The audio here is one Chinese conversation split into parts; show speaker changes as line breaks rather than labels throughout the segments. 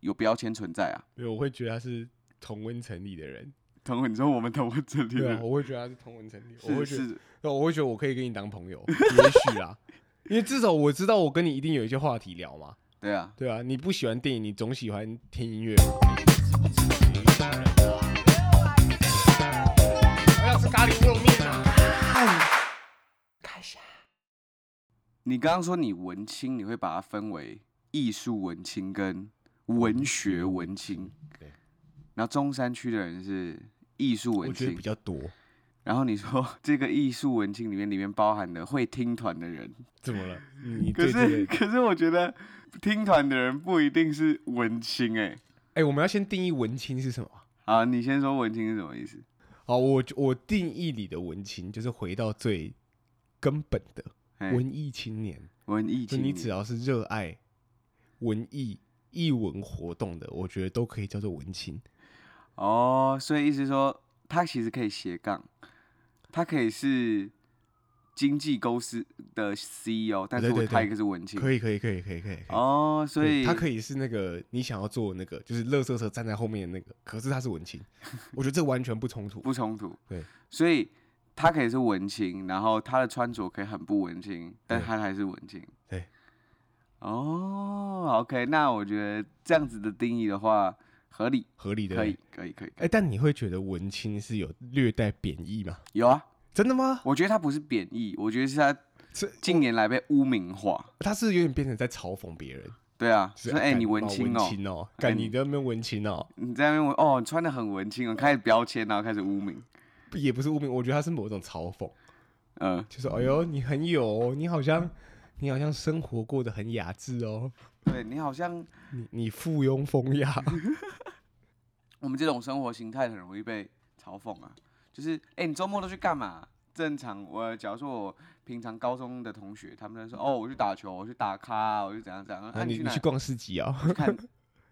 有标签存在啊。
因为我会觉得他是同温层里的人，
同文，你说我们同文这里
对
的
啊，我会觉得他是同温层里，我
是
会觉
是，
得，对啊我会觉得我可以跟你当朋友，也许啊， 因为至少我知道我跟你一定有一些话题聊嘛，
对啊，
对啊，你不喜欢电影，你总喜欢听音乐嘛。我要吃咖喱牛肉面啊！
你刚刚说你文青，你会把它分为艺术文青跟文学文青。
对。
然后中山区的人是艺术
我
文
觉得比
青，
较多，
然后你说 这个艺术文青里面里面包含的会听团的人，
怎么了？你
可
对这
是
个？
可是我觉得听团的人不一定是文青哎、
哎，我们要先定义文青是什么啊？
好，你先说文青是什么意思？
好，我我定义里的文青就是回到最根本的
嘿
文艺青年，
文艺
就
青
你
年，
只要是热爱文艺艺文活动的，我觉得都可以叫做文青。
哦，所以意思说，它其实可以斜杠，它可以是经纪公司的 CEO，但是
对
我
对
它
对
一个是文青。
可以，可以，可以，可以，可以。可以
哦，所
对
以
他可以是那个你想要做那个，就是乐色车站在后面的那个，可是他是文 青，我觉得这完全不冲突。
不冲突。
对，
所以它可以是文青，然后它的穿着可以很不文青，但
对
它还是文青。
对。
哦，OK，那我觉得这样子的定义的话，合理，
合理的。
可以，可以，可以，
哎、但你会觉得文青是有略带贬义吗？
有啊。
真的吗？
我觉得它不是贬义，我觉得是它
是
近年来被污名化。
他是有点变成在嘲讽别人，
对啊，
就是
说
啊
哎、
干
你
妈文
文青哦、
青哦，
哎
干
你
你在那边文青哦，
你在那边文哦，你穿的很文青哦，开始标签，然后开始污名。
也不是污名，我觉得他是某种嘲讽，
嗯，
就是哎呦，你很有哦，你好像你好像生活过得很雅致哦，
对你好像
你你附庸风雅，
嗯我们这种生活形态很容易被嘲讽啊，就是哎、你周末都去干嘛？啊正常，我假如说我平常高中的同学，他们都说哦，我去打球，我去打咖，我去怎样怎样。
啊
啊，
你
去
你
哪？
去逛市集哦，
去看？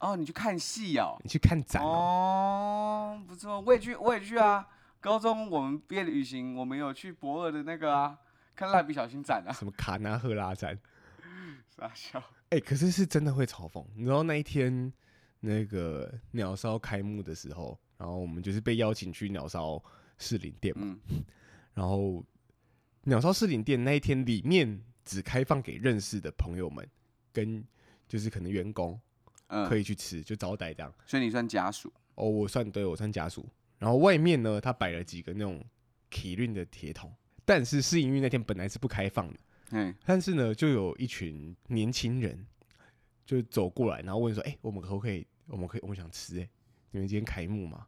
哦，你去看戏哦。
你去看展哦，
哦，不错，我也去，我也去啊。高中我们毕业旅行，我们有去博尔的那个啊，看蜡笔小新展啊。
什么卡纳赫拉展，
傻笑。
哎、可是是真的会嘲讽。你知道那一天那个鸟烧开幕的时候，然后我们就是被邀请去鸟烧士林店嘛，
嗯，
然后鸟烧士林店那一天里面只开放给认识的朋友们跟就是可能员工
嗯
可以去吃，就招待这样。
所以你算家属。
哦，我算对，我算家属。然后外面呢，他摆了几个那种 K 运的铁桶，但是试营运那天本来是不开放的。
嗯，
但是呢，就有一群年轻人就走过来，然后问说：“哎、我们可不可以？我们可以，我们想吃、哎，你们今天开幕嘛？”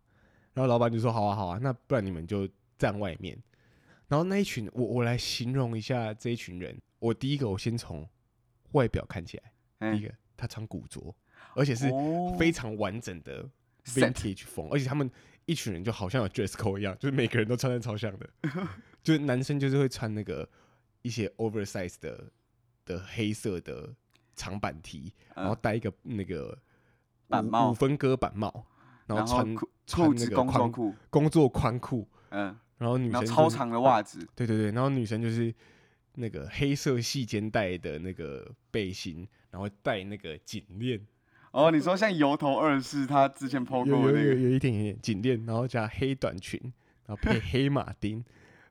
然后老板就说：“好啊，好啊，那不然你们就站外面。”然后那一群，我我来形容一下这一群人。我第一个，我先从外表看起来，第一
哎，
个他穿古着，而且是
哦
非常完整的
Set
vintage 风，而且他们一群人就好像有 dress code 一样，就是每个人都穿的超像 的，就是男生就是会穿那个一些 oversize 的的黑色的长版 T，然后戴一个那个
嗯板
五
帽
五分割板帽，然
然
后
后
穿
裤
穿
裤
那
子
个
工作
宽
裤，
工作宽裤，
嗯，
然后女
然
生
后超
就是
长的袜子，
对对对，然后女生就是那个黑色细肩带的那个背心，然后带那个颈链。
哦，你说像油头二世他之前 PO
啊有
过
有
的那
有
个，
有一点有一点颈链，然后加黑短裙，然后配黑马丁，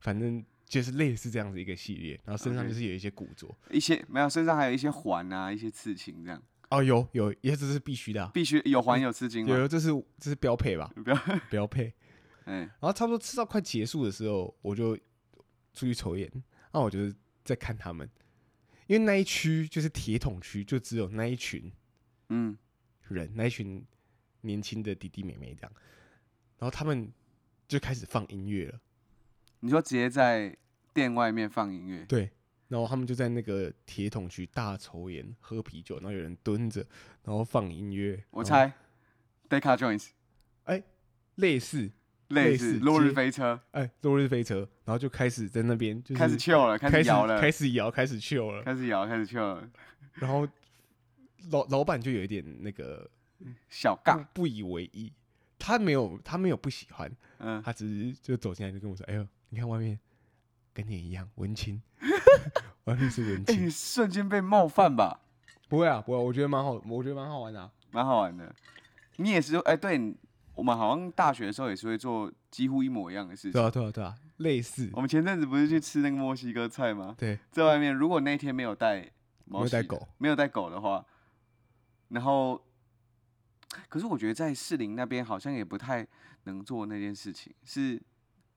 反正就是类似这样子一个系列，然后身上
啊 OK
就是有一些古着。
一些没有身上还有一些环啊，一些刺青这样，
哦，有有，也这是必须的啊、
必须有环有刺青
有
吗？
有，这是这是标配吧？
不要，
标配。
哎，
然后差不多吃到快结束的时候，我就出去抽烟，那我就是在看他们，因为那一区就是铁桶区，就只有那一群
嗯，
人，那一群年轻的弟弟妹妹这样，然后他们就开始放音乐了。
你说直接在店外面放音乐，
对，然后他们就在那个铁桶区大抽烟、喝啤酒，然后有人蹲着，然后放音乐。
我
然后
猜 Deca Jones
类似，
类
类
似
似
落日
接
飞车
哎，落日飞车，然后就开始在那边就是
开始翘了，开
开
始
始
摇了，
开始摇，开始 chill 了。
开始摇，开始翘了，
然后老老板就有一点那个
小
不
尬，
不以为意，他没有他没有不喜欢，
嗯，
他只是就走进来就跟我说：“哎呦，你看外面跟你一样文青， 外面是文
哎，
青。
你瞬间被冒犯吧？
不会啊，不会啊、我觉得蛮好，我觉得蛮好玩的啊、
蛮好玩的。你也是，哎、对，你我们好像大学的时候也是会做几乎一模一样的事
对
情。
啊，对啊，对啊，类似
我，们前阵子不是去吃那个墨西哥菜吗？
对，
在外面，如果那天没有带
没
毛
有带
细
狗，
没有带狗的话，然后，可是我觉得在士林那边好像也不太能做那件事情，是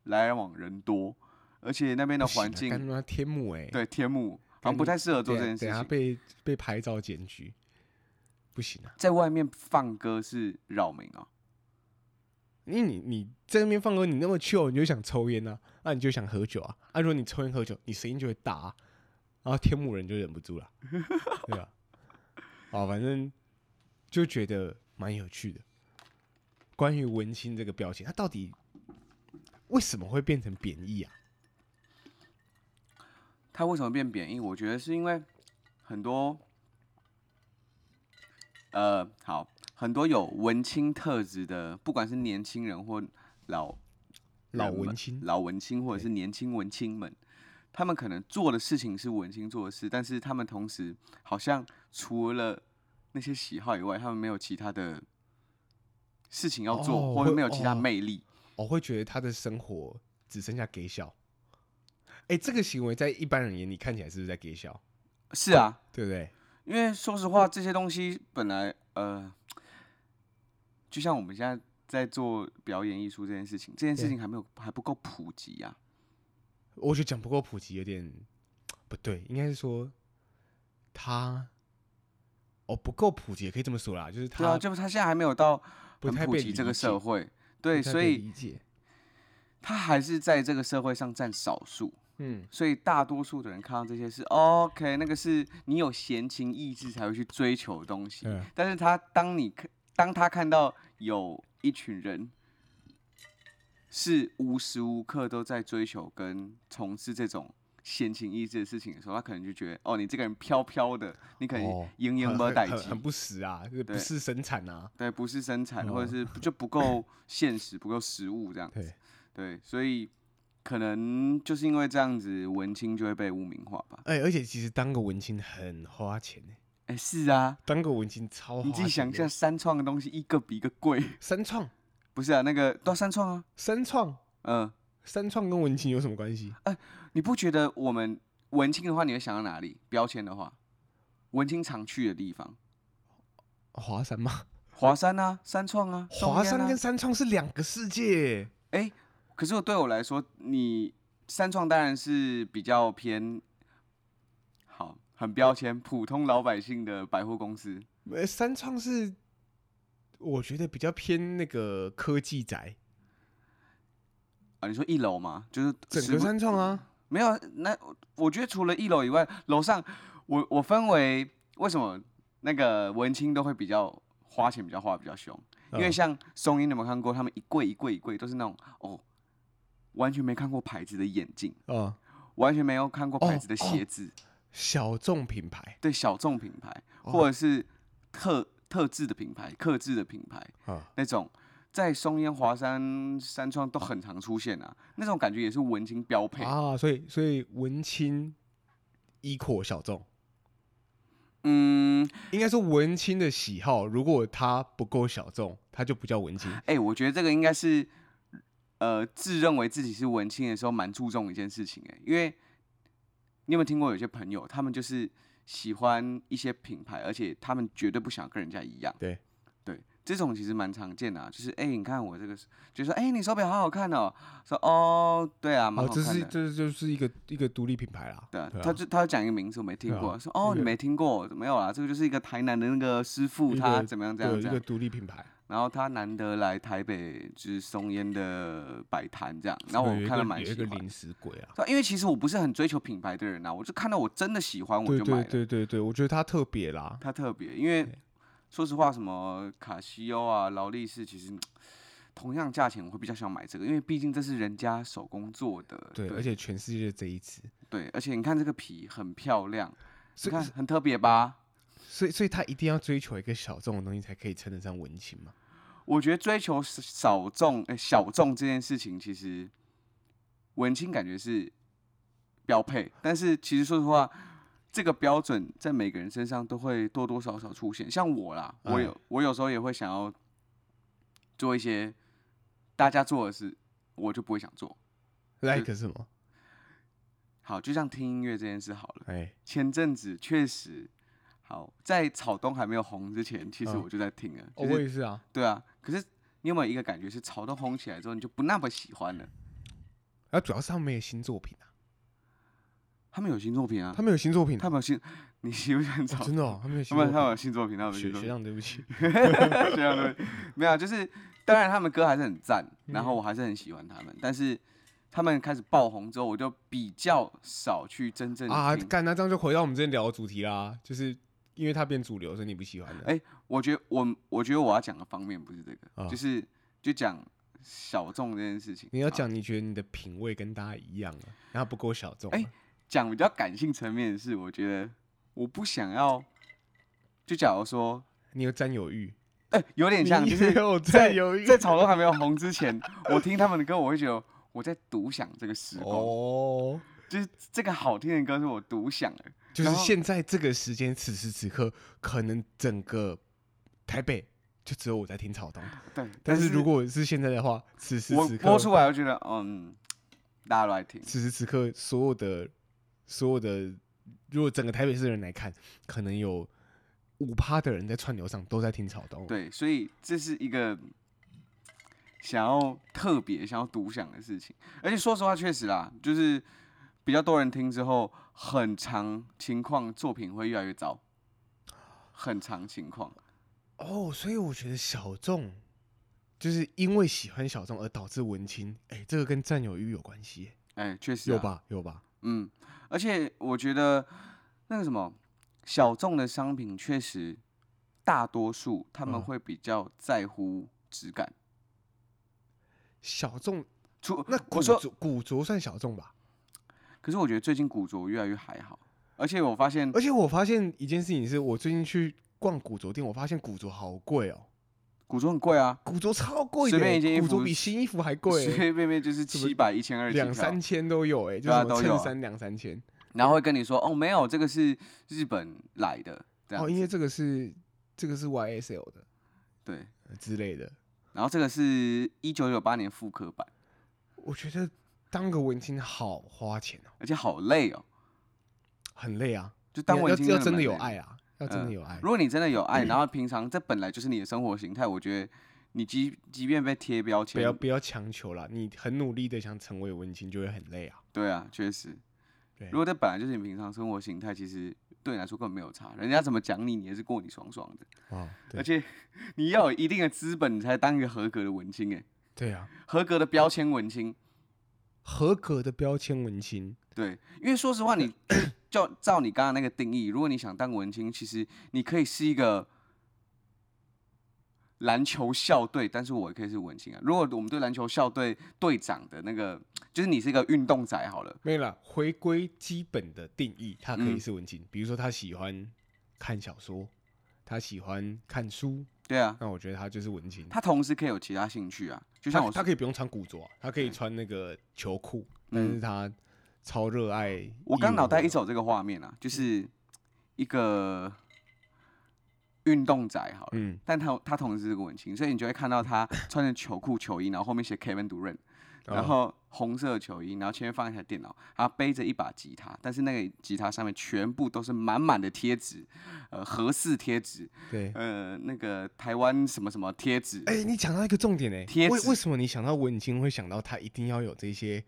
来来往人多，而且那边的
不行啊
环境
干他妈天幕哎，
对天幕好
干
像不
你
太适合做这
等下
件事
等下
情。
啊被被拍照检举，不行啊！
在外面放歌是扰民哦，
因为你你在那边放歌，你那么 chill，你就想抽烟啊，啊你就想喝酒啊，啊如果你抽烟喝酒，你声音就会大、啊，然后天幕人就忍不 住了，对吧、啊？反正就觉得蛮有趣的。关于文青这个标签，它到底为什么会变成贬义啊？
它为什么变贬义？我觉得是因为很多，呃，好，很多有文青特质的，不管是年轻人或老
老
人们
文青
老文青或者是年轻文青们，他们可能做的事情是文青做的事，但是他们同时好像除了那些喜好以外，他们没有其他的事情要做，
哦
或者
会
没有其他
哦
魅力。
我会觉得他的生活只剩下给笑。哎、这个行为在一般人眼里看起来是不是在给笑？
是啊，
对不对？
因为说实话，这些东西本来呃，就像我们现在在做表演艺术这件事情，这件事
对
情还没有还不够普及啊。
我觉得讲不够普及，有点不对，应该是说他哦不够普及，也可以这么说啦，就是
对啊，
他
就是他现在还没有到
不
很
太
普
被
及
理
这个
解
社会，
不
对，
太
所
被
以
理解，
他还是在这个社会上占少数。
嗯，
所以大多数的人看到这些是 OK，那个是你有闲情逸致才会去追求的东西。
嗯
但是他当你看，当他看到有一群人是无时无刻都在追求跟从事这种闲情逸致的事情的时候，他可能就觉得哦，你这个人飘飘的，你可能
哦
营营
很
不
很
待
很
机
很，不实啊，就是不
对
是生产啊，
对，不是生产，或
哦
者是就不够现实，不够实物这样子
对。
对，所以可能就是因为这样子，文青就会被污名化吧。
哎、而且其实当个文青很花钱呢、
哎、是啊，
当个文青超花钱
你
的。
自己想一下，三创的东西一个比一个贵，
三创
不是啊？那个对啊、三创啊，
三创
嗯、
三创跟文青有什么关系？
你不觉得我们文青的话，你会想到哪里？标签的话，文青常去的地方，
华山吗？
华山啊，三创啊，松
华
烟
山
啊
跟三创是两个世界。
哎、可是对我来说，你三创当然是比较偏好，很标签，普通老百姓的百货公司。
呃，三创是我觉得比较偏那个科技宅，
啊，你说一楼嘛，就是
整
时
个
不
三创啊，
没有，那我觉得除了一楼以外，楼上我我分为为什么那个文青都会比较花钱比较花比较凶，因为
嗯
像松鹰你有没有看过，他们一柜一柜一柜都是那种哦，完全没看过牌子的眼镜，
嗯，
完全没有看过牌子的
哦
鞋子，
小众品牌
对小众品牌
哦
或者是特特制的品牌、克制的品牌
啊，
那种。在松烟、华山、山庄都很常出现啊，那种感觉也是文青标配。
啊，所以所以文青 equal 小众，
嗯，
应该说文青的喜好，如果它不够小众，它就不叫文青。
哎、我觉得这个应该是，呃，自认为自己是文青的时候蛮注重一件事情哎、因为你有没有听过有些朋友，他们就是喜欢一些品牌，而且他们绝对不想跟人家一样。
对
对，这种其实蛮常见的、啊，就是哎、你看我这个是，就说哎、你手表好好看哦，说哦，对啊，蛮
哦，
好
这
看
是
的。
这就是一个一个独立品牌啦。
对啊
对，啊
他就他讲一个名字我没听
对啊
过，说哦你
一个
没听过，没有啊啦，这个就是一个台南的那个师傅，
一
他
个
怎么样怎
对，
样
一
怎样
个，独立品牌，
然后他难得来台北，就是松烟的摆摊这样，然后
有一
我看了
个
蛮
有一
喜
个
欢
零。食鬼啊。
对啊因为其实我不是很追求品牌的人啊，我就看到我真的喜欢我
对
就买
对
了。
对对对，我觉得它特别啦。
它特别，因为说实话，什么卡西欧啊、劳力士，其实同样价钱我会比较想买这个，因为毕竟这是人家手工做的。
对，而且全世界就这一只，
对，而且你看这个皮很漂亮，你
所以
看很特别吧？
所以，所以他一定要追求一个小众的东西，才可以称得上文青嘛？
我觉得追求少少众、诶小众这件事情，其实文青感觉是标配，但是其实说实话，这个标准在每个人身上都会多多少少出现。像我啦，
嗯
我有、我有时候也会想要做一些大家做的事，我就不会想做。
，like 什么？
好，就像听音乐这件事好了。
哎，
前阵子确实，好在草东还没有红之前，其实
嗯
我就在听了，
哦
就
我
是
也是啊，
对啊。可是你有没有一个感觉是草东红起来之后你就不那么喜欢了？
然后啊主要是他们没有新作品啊，
他们有新作品啊
他，们有新作品啊，
他们有新，你喜不喜欢
哦
草？
真的哦，他们有
他
新作
们他们有新
品。
作品，他们有
学
新作
学
品，
长，对不 起，
这样对，没有啊，就是当然他们歌还是很赞，然
嗯
后我还是很喜欢他们，但是他们开始爆红之后，我就比较少去真正
啊，
听。
干，那这样就回到我们之前聊的主题啦，就是因为它变主流，所以你不喜欢的。
哎我觉得我我觉得我要讲的方面不是这个，
啊
就是就讲小众这件事情。
你要
好
讲你觉得你的品味跟大家一样啊，然后不够小众啊。
哎讲比较感性层面的是，我觉得我不想要，就假如说，
你有占有欲，
哎、有点像，
你
就是
有
在
占有欲，
在草东还没有红之前，我听他们的歌，我会觉得我在独享这个时光，
哦，
就是这个好听的歌是我独享的。
就是
然后
现在这个时间，此时此刻，可能整个台北就只有我在听草东，
对，
但是如果是现在的话，此时
啊我
此刻
播，出来，我觉得嗯，大家都来听，
此时此刻所有的所有的，如果整个台北市的人来看，可能有五趴的人在串流上都在听草东，，
对，所以这是一个想要特别、想要独享的事情。而且说实话，确实啦，就是比较多人听之后，很长情况作品会越来越糟，很长情况。
哦，所以我觉得小众。就是因为喜欢小众而导致文青，哎、这个跟占有欲有关系耶、
哎，确实、啊、
有吧？有吧？
嗯，而且我觉得那个什么小众的商品，确实大多数他们
嗯
会比较在乎质感。
小众，
除
那
我
古
说，
着古着算小众吧？
可是我觉得最近古着越来越还好，而且我发现
而且我发现一件事情是，我最近去逛古着店，我发现古着好贵哦，
古着很贵啊，
古着超贵的
随便一件衣
欸，古
服
着比新衣服还贵
随
欸，
随便便就是
什么
七百、一千二、
两三千都有哎，就
对啊
什么
都有啊
衬衫两三千
然后会跟你说哦，没有，这个是日本来的，这样
哦，
子、
因为这个是这个是 YSL 的
对，
呃之类的。
然后这个是一九九八年复刻版，
我觉得当个文青好花钱哦，
而且好累哦，
很累啊，
就当
你
我
要
已经
要真的
蛮
有
累
爱啊，要真的
嗯
有爱
如。果你真的有 爱，然后平常这本来就是你的生活形态，我觉得你即即便被贴标
不要
签，
不要强求啦，你很努力的想成为文青，就会很累啊。
对啊，确实
对。
如果这本来就是你平常生活形态，其实对你来说根本没有差，人家怎么讲你，你也是过你爽爽的。
哦，
而
对
且 你要有一定的资本，你才当一个合格的文青、欸，
对啊，
合格的标签文青。
合格的标签文青，
对，因为说实话，你 就照照你刚刚那个定义，如果你想当文青，其实你可以是一个篮球校队，但是我也可以是文青啊。如果我们对篮球校队队长的那个，就是你是一个运动仔好了，
没有啦，回归基本的定义，他可以
嗯
是文青，比如说他喜欢看小说，他喜欢看书，
对啊，
那我觉得他就是文青。
他同时可以有其他兴趣啊，就像
他
我
他
说，
可以不用穿古着啊、他可以穿那个球裤，但
嗯
是他超热爱。
我刚脑袋一
走，
走这个画面啊，就是
嗯
一个运动仔好了。
嗯，
但他他同时是个文青，所以你就会看到他穿着球裤、球衣，然后后面写 Kevin Durant，然
哦
后红色的球衣，然后前面放一台电脑，他背着一把吉他，但是那个吉他上面全部都是满满的贴纸，呃，和氏贴纸，
对，
呃，那个台湾什么什么贴纸，
哎、你讲到一个重点哎、
贴
为
纸
为什么你想到文青会想到他一定要有这些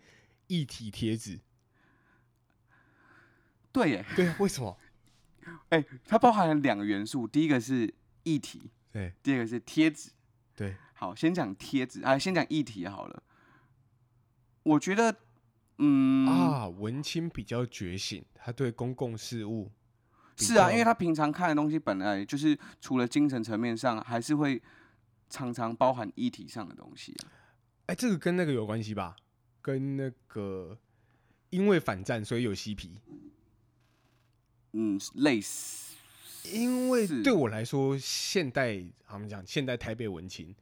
一体 贴纸？
对耶，
对啊，为什么？
哎、它包含了两个元素，第一个是议题，
对
第二个是贴纸。
对，
好，先讲贴纸啊，先讲议题好了。我觉得，嗯，
啊，文青比较觉醒，他对公共事务比
是啊，
较
因为他平常看的东西本来就是除了精神层面上，还是会常常包含议题上的东西啊。
哎，这个跟那个有关系吧？跟那个因为反战，所以有嬉皮。
嗯，类似。
因为
是
对我来说，现代他们讲现代台北文青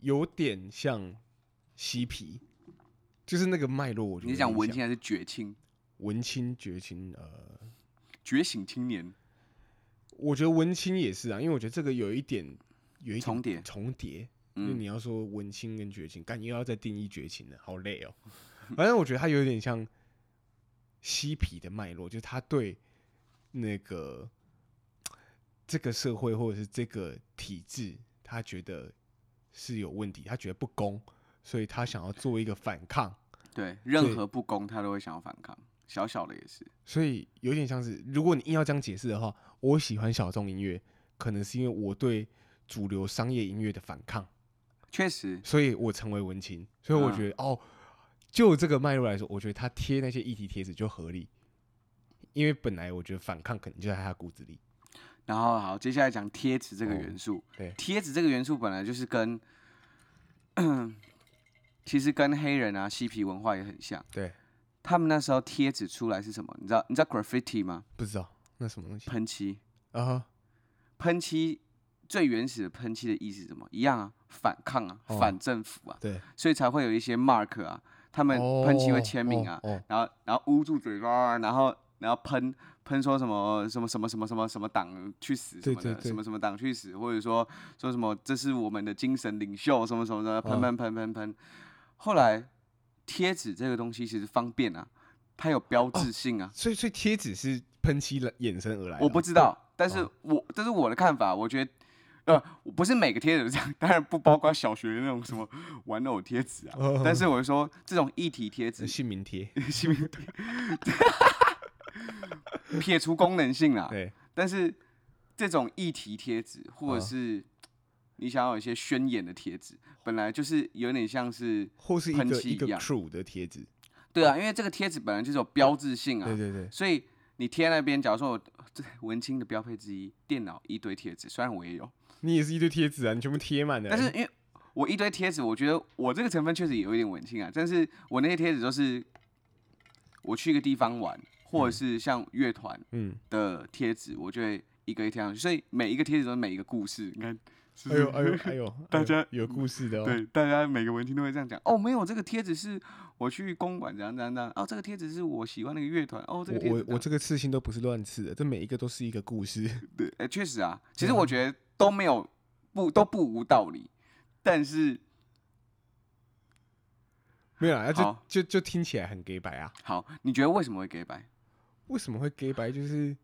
有点像嬉皮，就是那个脉络。我觉得
你讲
有
文
点像
青还是绝青？
文青绝情，呃，
觉醒青年，
我觉得文青也是啊，因为我觉得这个有一点有一点
重叠
重叠。因为
嗯
你要说文青跟绝情，感觉要再定义绝情了，好累哦。 反正我觉得它有点像嬉皮的脉络，就是他对那个这个社会或者是这个体制，他觉得是有问题，他觉得不公，所以他想要做一个反抗。
对，
对
任何不公他都会想要反抗，小小的也是，
所以有点像是，如果你硬要这样解释的话，我喜欢小众音乐，可能是因为我对主流商业音乐的反抗，
确实，
所以我成为文青。所以
嗯
我觉得，哦，就这个脉络来说，我觉得他贴那些议题贴纸就合理，因为本来我觉得反抗可能就在他骨子里。
然后好，接下来讲贴纸这个
哦
元素。
对
贴纸这个元素本来就是跟， 其实跟黑人啊嬉皮文化也很像。
对，
他们那时候贴纸出来是什么？你知道你知道 graffiti 吗？
不知道那什么东西
喷漆，
啊哈，
喷漆最原始的喷漆的意思是什么？一样啊，反抗啊，
哦
反政府啊，
对，
所以才会有一些 mark 啊，他们喷漆会签名啊，
哦，哦
然后然后捂住嘴巴，然后然后喷喷说什么什么什么什么什么什么党去死什
对
么的，
对对
什么什么党去死，或者说说什么这是我们的精神领袖什么什么的，
哦
喷喷喷喷喷。后来贴纸这个东西其实方便啊，它有标志性啊，
所以所以贴纸是喷漆了衍生而来的吗，
我不知道，但
嗯
是我这是我的看法，我觉得。呃，不是每个贴纸都这样，当然不包括小学那种什么玩偶贴纸啊。
哦，
但是我说这种一体贴纸
是，姓 名贴，
新民对，撇除功能性啦，
嗯对，
但是这种议题贴纸，或者
嗯
是你想要有一些宣言的贴纸，本来就是有点像是，
或是一
喷
个
漆
一个
一样
crew 的贴纸，
对啊，因为这个贴纸本来就是有标志性
对
啊，
对对，
所以你贴那边，假如说我 这文青的标配之一，电脑一堆贴纸，虽然我也有，
你也是一堆贴纸啊，你全部贴满了欸。
但是因为我一堆贴纸，我觉得我这个成分确实有一点文青啊，但是我那些贴纸都是我去一个地方玩，或者是像乐团。
嗯，
的贴纸，我就会一个一个贴上去，所以每一个贴纸都是每一个故事。你看，是不
哎
是
呦 哎呦哎呦，
大
哎呦
家
有故事的哦。
对，大家每个文青都会这样讲。哦，没有，这个贴纸是我去公馆怎样怎样怎样。哦，这个贴纸是我喜欢那个乐团。哦，这个贴
我
纸
我
怎
我
样，
这个刺青都不是乱刺的，这每一个都是一个故事。
对，哎，确实啊，其
对
实
啊
我觉得都没有不都不无道理，但是
没有啊，就
好
就就听起来很 gay 白啊。
好，你觉得为什么会给白？
为什么会 gay 白？就是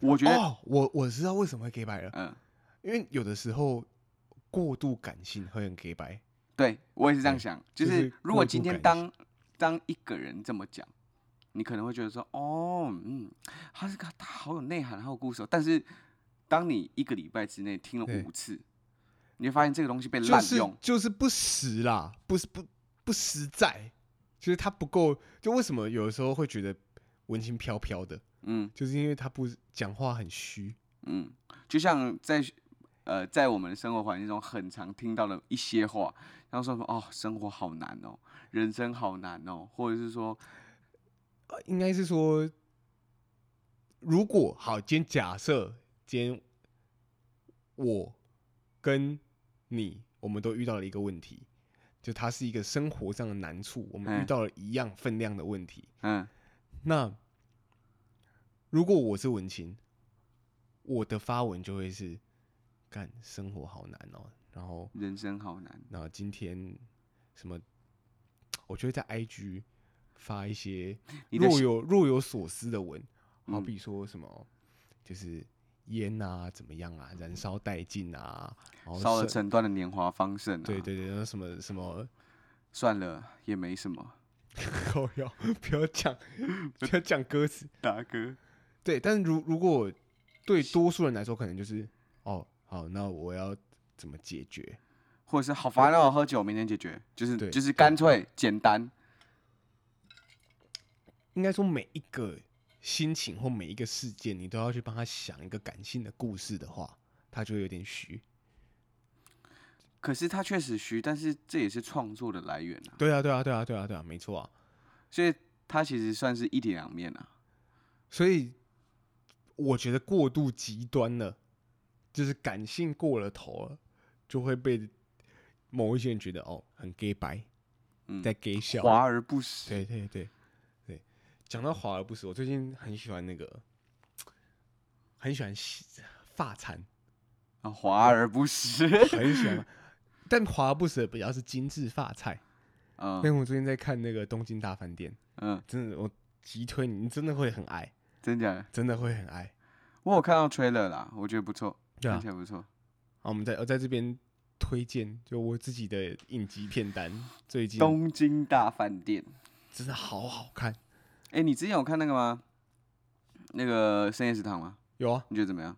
我觉得，
哦，我我知道为什么会 gay 白了，
嗯，
因为有的时候过度感性会很 gay 白。
对我也是这样
对
想，就
就是
是如果
过
今
度
天
感
当当一个人这么讲，你可能会觉得说，哦，嗯，他是个他好有内涵，好有故事、哦。但是当你一个礼拜之内听了
对
五次，你会发现这个东西被
就
滥
是
用。
就是不实啦，不是不不实在，就是它不够。就为什么有的时候会觉得文青飘飘的，
嗯
就是因为他不讲话很虚。
嗯，就像在呃在我们的生活环境中很常听到的一些话，然后说什么哦，生活好难哦，人生好难哦，或者是说
呃应该是说，如果好，今天假设今天我跟你，我们都遇到了一个问题，就它是一个生活上的难处，我们遇
嗯
到了一样分量的问题。
嗯
那如果我是文青，我的发文就会是干生活好难哦，然后
人生好难，
然后今天什么，我就会在 IG 发一些
你的
若
心
有若有所思的文，好
嗯
比说什么，就是烟啊怎么样啊，燃烧殆尽啊，然后
烧了
剩
整段的年华方盛、啊。
对对对，然后什么什么，
算了，也没什么。
靠腰，不要 讲，不要讲歌词。
大哥，
对，但是如如果对多数人来说，可能就是哦，好，那我要怎么解决？
或者是好烦哦，喝酒明天解决，就是
对
就是干脆简单，
应该说每一个心情或每一个事件，你都要去帮他想一个感性的故事的话，他就会有点虚。
可是它确实虚，但是这也是创作的来源啊，
对啊，对啊，对啊，对啊，对啊，没错啊。
所以它其实算是一体两面啊。
所以我觉得过度极端了，就是感性过了头了，就会被某一些人觉得哦，很 gay 白，
嗯
在 gay 笑。
华而不实，
对对对对，讲到华而不实，我最近很喜欢那个，很喜欢西发餐，
啊，华而不实。
很喜欢，但华而不实的比较是精致发菜。
嗯
但我最近在看那个《东京大饭店》，
嗯，
真的我急推你，你真的会很爱，
真假的？
真的会很爱。
我有看到 trailer 啦，我觉得不错，
对
看
啊
起，来不错。
好，我们在我在这边推荐，就我自己的影集片单，最近
东京大饭店。
真的好好看。
哎、你之前有看那个吗？那个深夜食堂吗？
有啊，
你觉得怎么样？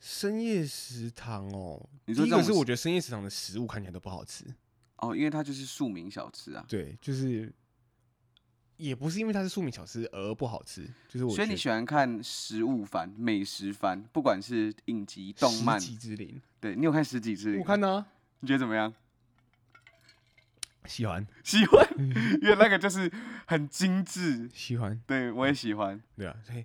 深夜食堂哦，
你说
第一
这种
个是我
食
觉得深夜食堂的食物看起来都不好吃，
哦，因为它就是庶民小吃啊，
对，就是也不是因为它是庶民小吃而不好吃，就是我
所以
觉
你
得
喜欢看食物番、美食番，不管是影集、动
食
漫，
戟之灵，
对你有看十几次？
我看呢、
你觉得怎么样？
喜欢
喜欢，
嗯
因为那个就是很精致，
喜欢，
对我也喜欢。
对啊，所以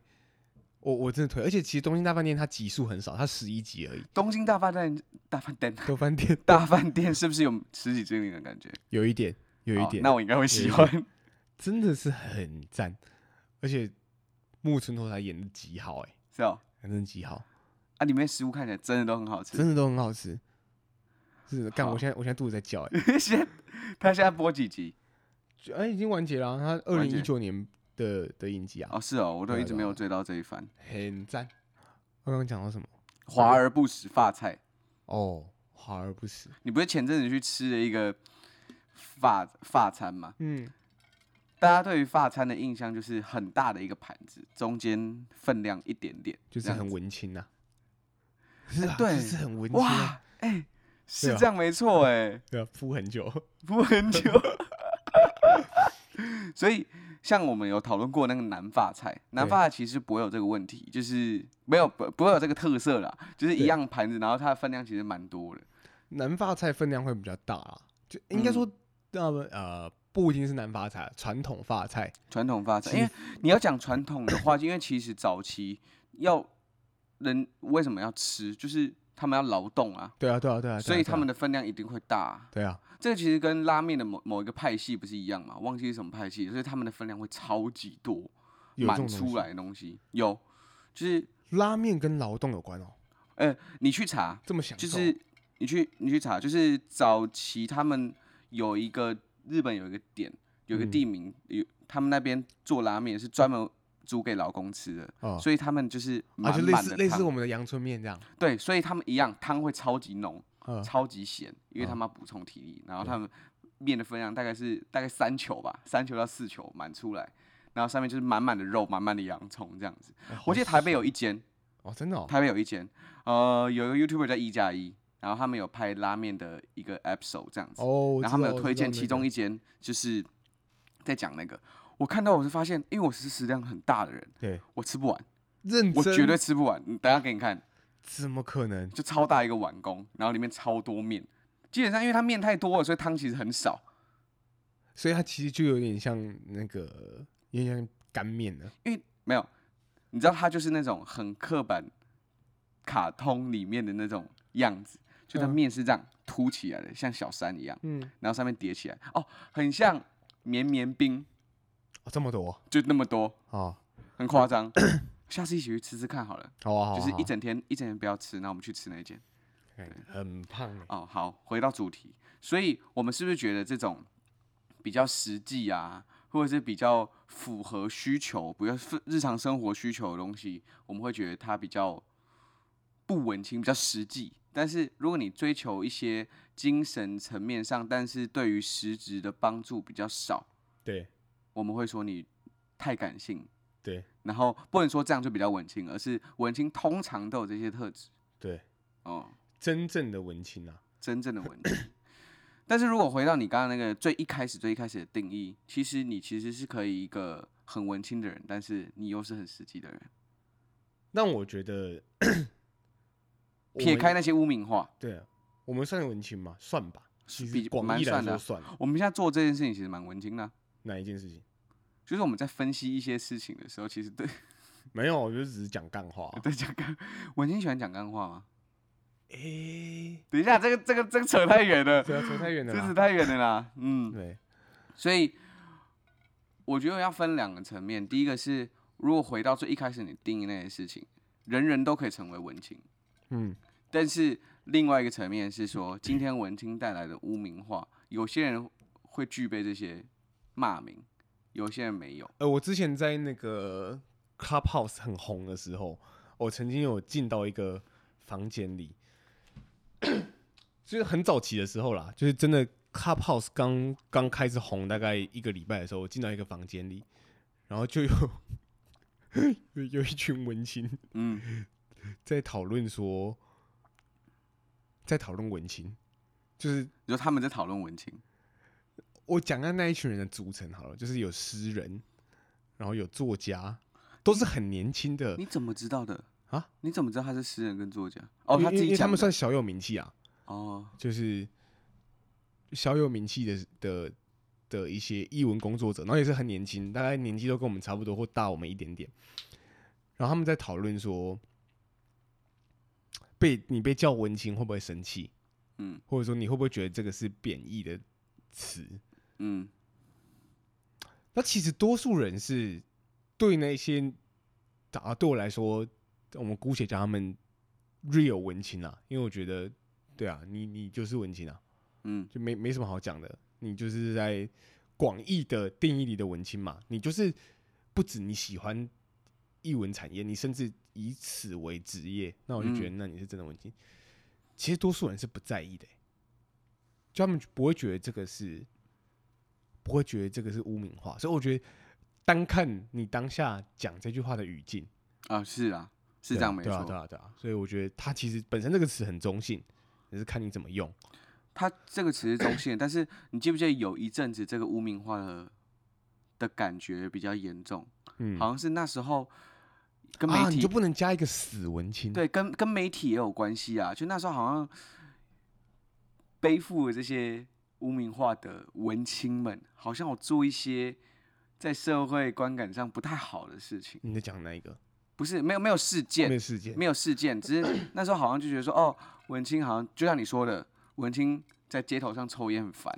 我我真的推，而且其实东京大饭店它集数很少，它十一集而已。
东京大饭店，大饭店，
豆饭店
大饭店是不是有十几精灵的感觉？
有一点，有一
好
点，
那我应该会喜
有一
欢。
真的是很赞，而且木村拓哉演的极好、欸，
是哦，
哎，真的极好，
啊，里面食物看起来真的都很好吃。
真的都很好吃。是的，干，
好
我现在我现在肚子在叫、欸，
现在他现在播几集？
就哎、已经完结了啊、它二
完
零
结
一九年的的影集啊，
哦，是哦，我都
对
一
啊
直
对
没有
啊
追到这一番。
很赞。我刚刚讲到什么？
华而不实发菜，
哦，华而不实。
你不是前阵子去吃了一个发发餐吗？
嗯，
大家对于发餐的印象就是很大的一个盘子，中间分量一点点，
就是
这样
很
子哎
文青呐、是啊，
对
就是很文青、啊。
哇，哎、是
对啊
这样没错哎、
对啊，铺很久。
不很久。 所以，像我们有讨论过那个南法菜，南
对
法菜其实不会有这个问题，就是没有不不会有这个特色啦，就是一
对
样盘子，然后它的分量其实蛮多的。
南法菜分量会比较大啦，就应该
嗯
说，那么、呃，不一定是南法菜，传统法菜，
传统发展，
其
因为你要讲传统的话，因为其实早期要人为什么要吃，就是他们要劳动啊，
对啊，对啊，对啊，对啊
所以
对啊
他们的分量一定会大啊、
对啊，
这个其实跟拉面的某某一个派系不是一样嘛？忘记是什么派系，所以他们的分量会超级多，
有这
满
种东
出
西
来的东西有，就是
拉面跟劳动有关哦，
呃，你去查，
这么想
就是你去你去查，就是早期他们有一个日本有一个点，有一个
嗯
地名，有他们那边做拉面是专门煮给劳工吃的，
哦，
所以他们就是
啊，就
满
类
满
似
的
类似
汤
我们的阳春面这样，
对，所以他们一样汤会超级浓，
嗯，
超级咸，因为他
嗯
们要补充体力，然后
对
他们面的分量大概是大概三球吧，三球到四球满出来。然后上面就是满满的肉，满满的洋葱这样子。我
哇哦好
记得台北有一间，
哦，真的哦，
台北有一间，呃，有一个 YouTuber 叫一加一，然后他们有拍拉面的一个 episode 这样子，
哦，我
然后他
知
们
道
有推荐其中，
我知道
一间，就是在讲那个。我看到我是发现，因为我是食量很大的人，
那个对，
我吃不完，
认
我
真
绝对吃不完。嗯你等一下给你看，
怎么可能？
就超大一个碗工，然后里面超多面。基本上因为它面太多了，所以汤其实很少。
所以它其实就有点像那个，有点像干面了，
因为没有，你知道它就是那种很刻板卡通里面的那种样子，就它
嗯
面是这样凸起来的，像小山一样。
嗯，
然后上面叠起来，哦，很像绵绵冰，
哦，这么多哦
就那么多，
哦，
很夸 张。下次一起去吃吃看好了，
好啊，好啊，
就是
好
一
啊
整天一整天不要吃，那我们去吃那一间。
嗯很胖欸，
哦，好，回到主题，所以我们是不是觉得这种比较实际啊，或者是比较符合需求，比较是日常生活需求的东西，我们会觉得它比较不文青，比较实际。但是如果你追求一些精神层面上，但是对于实质的帮助比较少，
对
我们会说你太感性，
对
然后不能说这样就比较文青，而是文青通常都有这些特质
对，
哦，
真正的文青啊，
真正的文青。但是如果回到你刚刚那个最一开始最一开始的定义，其实你其实是可以一个很文青的人，但是你又是很实际的人，
但我 觉得我
撇
们
开那些污名化，
对啊，我们算文青吗？算吧，其
比
实广
蛮
义来
算的
说
啊
算了。
我们现在做这件事情其实蛮文青的啊、
哪一件事情？
就是我们在分析一些事情的时候，其实对。
没有，我就只是讲干话啊
对讲干文青喜欢讲干话吗？
诶，
等一下，这个这个这个扯太远 了，
对啊，扯太远了
这扯
啦。
太远了 啦，嗯。
对，
所以我觉得要分两个层面，第一个是如果回到最一开始你定义那些事情，人人都可以成为文青，
嗯，
但是另外一个层面是说，今天文青带来的污名化，有些人会具备这些骂名，有些人没有。
呃，我之前在那个 Clubhouse 很红的时候，我曾经有进到一个房间里， 就是很早期的时候啦，就是真的 Clubhouse 刚刚开始红，大概一个礼拜的时候，我进到一个房间里，然后就有 有有一群文青
嗯，
在讨论说，在讨论文青，就是
你说他们在讨论文青，
我讲下那一群人的组成好了，就是有诗人，然后有作家，都是很年轻的
你怎么知道的
呃啊？
你怎么知道他是诗人跟作家？哦，
因为
他自
因
己
为他
讲
们
的。
算小有名气啊，
哦，
就是小有名气的的的一些译文工作者，然后也是很年轻，大概年纪都跟我们差不多或大我们一点点。然后他们在讨论说，被你被叫文青会不会生气，
嗯
或者说你会不会觉得这个是贬义的词？
嗯，
那其实多数人是对那些啊，对我来说，我们姑且叫他们 real 文青啊，因为我觉得，对啊，你你就是文青啊，
嗯
就没没什么好讲的，你就是在广义的定义里的文青嘛，你就是不止你喜欢艺文产业，你甚至以此为职业，那我就觉得
嗯
那你是真的文青。其实多数人是不在意的欸、就他们不会觉得这个是不会觉得这个是污名化，所以我觉得单看你当下讲这句话的语境。
啊，是啊，是
对
这样没
对啊，对
错。
啊，对啊，所以我觉得它其实本身这个词很中性，只是看你怎么用。
他这个词是中性的，但是你记不记得有一阵子这个污名化的的感觉比较严重，
嗯，
好像是那时候跟
啊，
媒
你
体
就不能加一个死文青？
对，跟跟媒体也有关系啊。就那时候好像背负了这些污名化的文青们，好像有做一些在社会观感上不太好的事情，
你在讲哪一个？
不是没有没有事
没
件，
有事件。
没有事件，只 是那时候好像就觉得说，哦，文青好像就像你说的，文青在街头上抽烟很烦，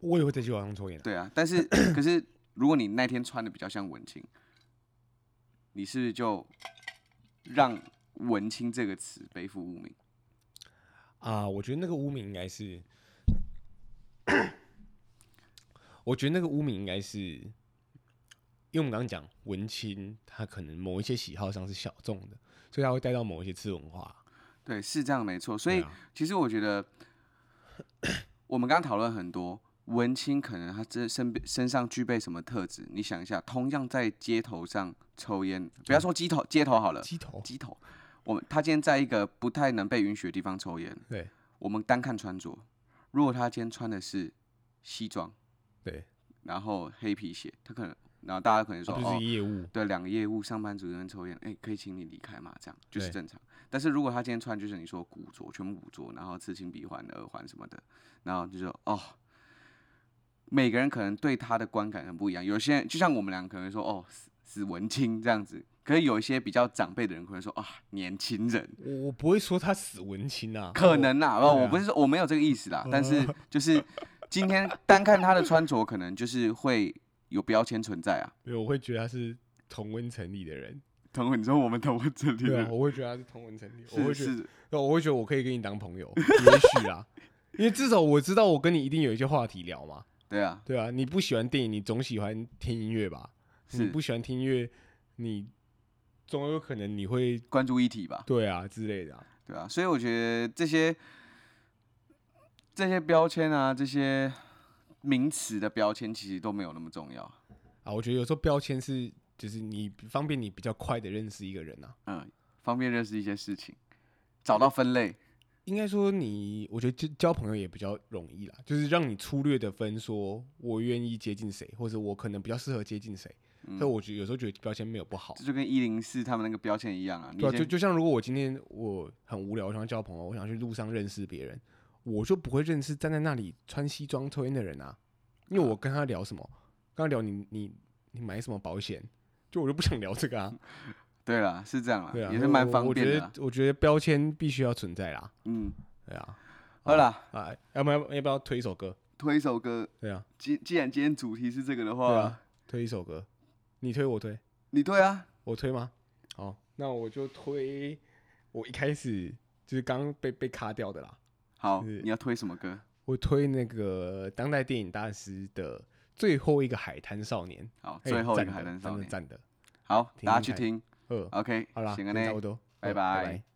我也会在酒上抽烟啊。
对啊。但 是可是如果你那天穿的比较像文青，你是不是就让文青这个词背负污名？
啊，我觉得那个污名应该是，我觉得那个污名应该是，因为我们刚刚讲文青，他可能某一些喜好上是小众的，所以他会带到某一些次文化。
对，是这样没错。所以、
对啊
其实我觉得，我们刚刚讨论很多文青，可能他这身边身上具备什么特质？你想一下，同样在街头上抽烟，不要说街头街头好了，
嗯鸡头，
街头，我们他今天在一个不太能被允许的地方抽烟，
对
我们单看穿着，如果他今天穿的是西装，
对，
然后黑皮鞋，他可能，然后大家可能
他
说、
不
哦
啊是业务，
对，两个业务上班族在那边抽烟，哎、可以请你离开嘛？这样就是
对
正常。但是如果他今天穿就是你说古着，全部古着，然后刺青、鼻环、耳环什么的，然后就说哦，每个人可能对他的观感很不一样。有些人就像我们俩可能说哦，死死文青这样子，可是有一些比较长辈的人可能说啊，年轻人。
我我不会说他死文青啊，
可能啦，
对
哦，我
啊哦
不是说我没有这个意思啦，但 是就是今天单看他的穿着，可能就是会有标签存在啊。
因为我会觉得他是同温层里的人，
同文，你说我们同文这里
对
的
啊，我会觉得他是同温层里，我
是
会觉得
是
那哦我会觉得我可以跟你当朋友，也许啊， 因为至少我知道我跟你一定有一些话题聊嘛。
对啊，
对啊，你不喜欢电影，你总喜欢听音乐吧？你
是
不喜欢听音乐，你总有可能你会
关注议题吧，
对啊之类的、啊。
对啊，所以我觉得这些这些标签啊，这些名词的标签其实都没有那么重要。
啊，我觉得有时候标签是就是你方便你比较快的认识一个人啊。
嗯，方便认识一些事情，找到分类。
应该说你，我觉得交交朋友也比较容易啦，就是让你粗略的分说，我愿意接近谁，或者我可能比较适合接近谁。
嗯
所以我觉得有时候觉得标签没有不好。
这就跟一零四他们那个标签一样啊，你
对、啊，
先
就就像如果我今天我很无聊，我想要交朋友，我想去路上认识别人，我就不会认识站在那里穿西装抽烟的人啊，因为我跟他聊什么，跟他聊你你你买什么保险，就我就不想聊这个啊，
对啦，是这样啦，
对
嗯
啊，
也
所
是
以
蛮
我
方便
我
的
觉
啦。
得我觉得标签必须要存在啦，
嗯，
对啊，
好啦，
啊，要不要要不要推一首歌？
推一首歌。
对啊，
既既然今天主题是这个的
对啊
话，
啊，推一首歌，你推我推，
你对啊，
我推吗？好，那我就推我一开始就是刚刚被被卡掉的啦，
好，
是
你要推什么歌？
我推那个当代电影大师的《最后一个海滩少年》
好，
哎，
最后一
赞
个海
的
滩少
真的
年，
赞的，
好，
听
大家
听
去
看
听
呃，
，OK，
好啦，
行了
今天差不
呢，
多，
拜拜
呃拜。